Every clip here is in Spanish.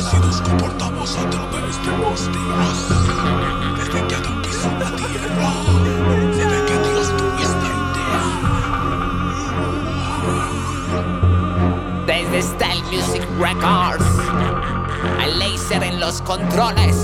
si nos comportamos a través de los días. Desde que Adán pisó la tierra, desde que Dios tuvo esta idea. Desde Style Music Records, a Laser en los controles.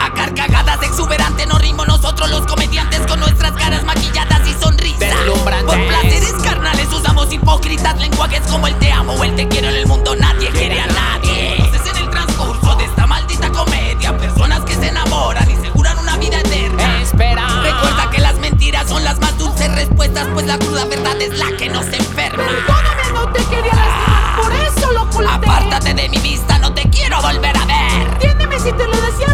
A carcagadas exuberante nos rimos nosotros los comediantes con nuestras caras maquilladas y sonrisas. Deslumbrantes. Por placeres carnales usamos hipócritas lenguajes como el te amo o el te quiero en el mundo nadie quiere a nadie. Entonces en el transcurso de esta maldita comedia personas que se enamoran y se juran una vida eterna. Espera. Recuerda que las mentiras son las más dulces respuestas pues la cruda verdad es la que nos enferma. Ah. Perdóname no te quería lastimar por eso lo oculté. Apártate de mi vista no te quiero volver a ver. Ah. Tiéndeme si te lo decía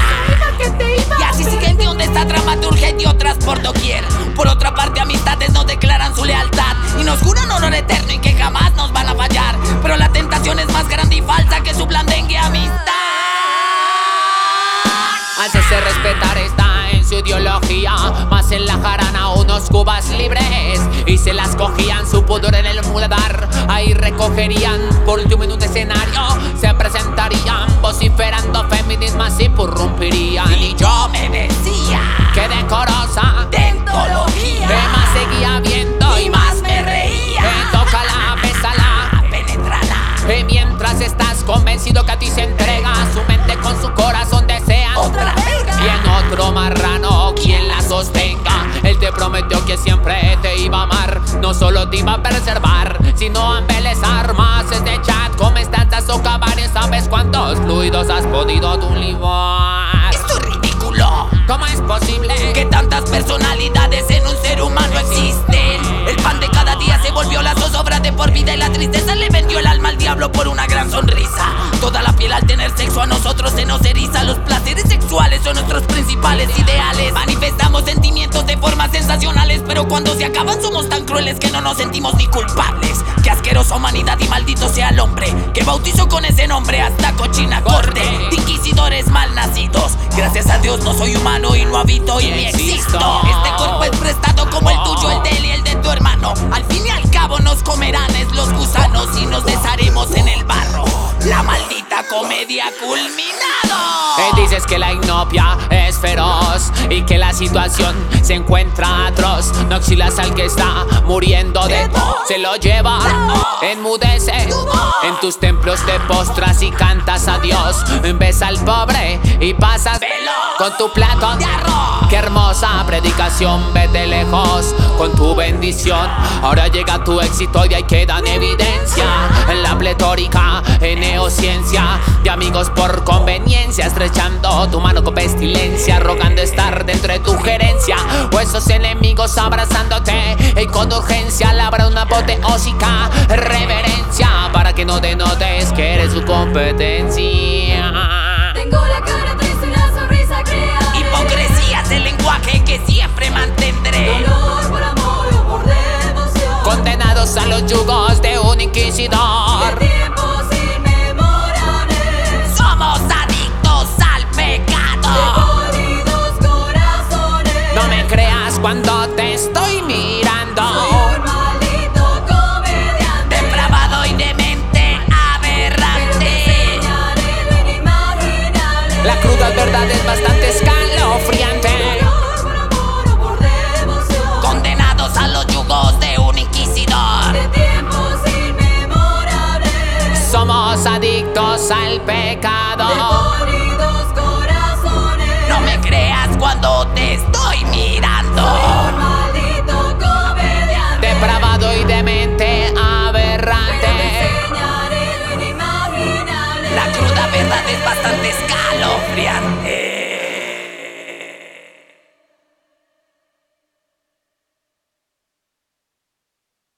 que te iba Y así siguen de donde esta dramaturgia y otras por doquier Por otra parte, amistades nos declaran su lealtad Y nos juran honor eterno y que jamás nos van a fallar Pero la tentación es más grande y falsa que su blandengue amistad Hácese respetar está en su ideología Más en la jarana unos cubas libres Y se las cogían su pudor en el muladar Ahí recogerían por último en un escenario Se presentarían vociferando feminismas y purrumpirían Y yo me decía Que decorosa Dentología Que más seguía viendo y más me reía Que tócala, bésala Penetrala Y mientras estás convencido que a ti se entrega Su mente con su corazón desea otra verga. Y en otro marrano quien la sostenga Él te prometió que siempre te iba a amar No solo te iba a preservar Sino a embelezar más este chat Como estás a socavar y sabes cuántos fluidos has podido tú libar Esto es ridículo ¿Cómo es posible que tantas personalidades en un ser humano existen? El pan de cada día se volvió la zozobra de por vida y la tristeza le vendió el alma al diablo por una gran sonrisa. Toda la piel al tener sexo a nosotros se nos eriza. Los placeres sexuales son nuestros principales ideales. Manifestamos sentimientos de formas sensacionales, pero cuando se acaban somos tan crueles que no nos sentimos ni culpables. Qué asquerosa humanidad y maldito sea el hombre que bautizó con ese nombre hasta cochina corte. De inquisidores malnacidos. Gracias a Dios no soy humano y no habito y, ni existo. Este cuerpo es prestado como el tuyo, el de él y el de tu hermano. Al fin y al cabo nos comerán es los gusanos y nos desharemos en el barro. La maldita comedia ha culminado. Eh, dices que la inopia es feroz y que la situación se encuentra atroz. No exilas al que está muriendo de voz. Se lo lleva, enmudece. En tus templos te postras y cantas a Dios. Ves al pobre y pasas con tu plato de arroz. Qué hermosa predicación, vete lejos con tu bendición. Ahora llega tu éxito y ahí queda en evidencia. En la pletórica en neociencia de amigos por conveniencia, estrechando tu mano con pestilencia, rogando estar dentro de tu gerencia. O esos enemigos abrazándote y con urgencia labra una apoteósica reverencia para que no denotes que eres su competencia. Tengo la cara triste y la sonrisa creada. Hipocresía es el lenguaje que siempre mantendré. Dolor por amor o por devoción. Condenados a los yugos de un inquisidor. De tiempos inmemorables. Somos adictos al pecado. Devolvidos corazones. Ah. No me creas cuando te estoy mirando. Soy un maldito comediante. Depravado y demente Pero te aberrante. enseñaré lo inimaginable. La cruda verdad es bastante escalofriante. Dolor por amor o por devoción. Condenados a los yugos de un inquisidor. De tiempos inmemorables. Somos adictos al pecado.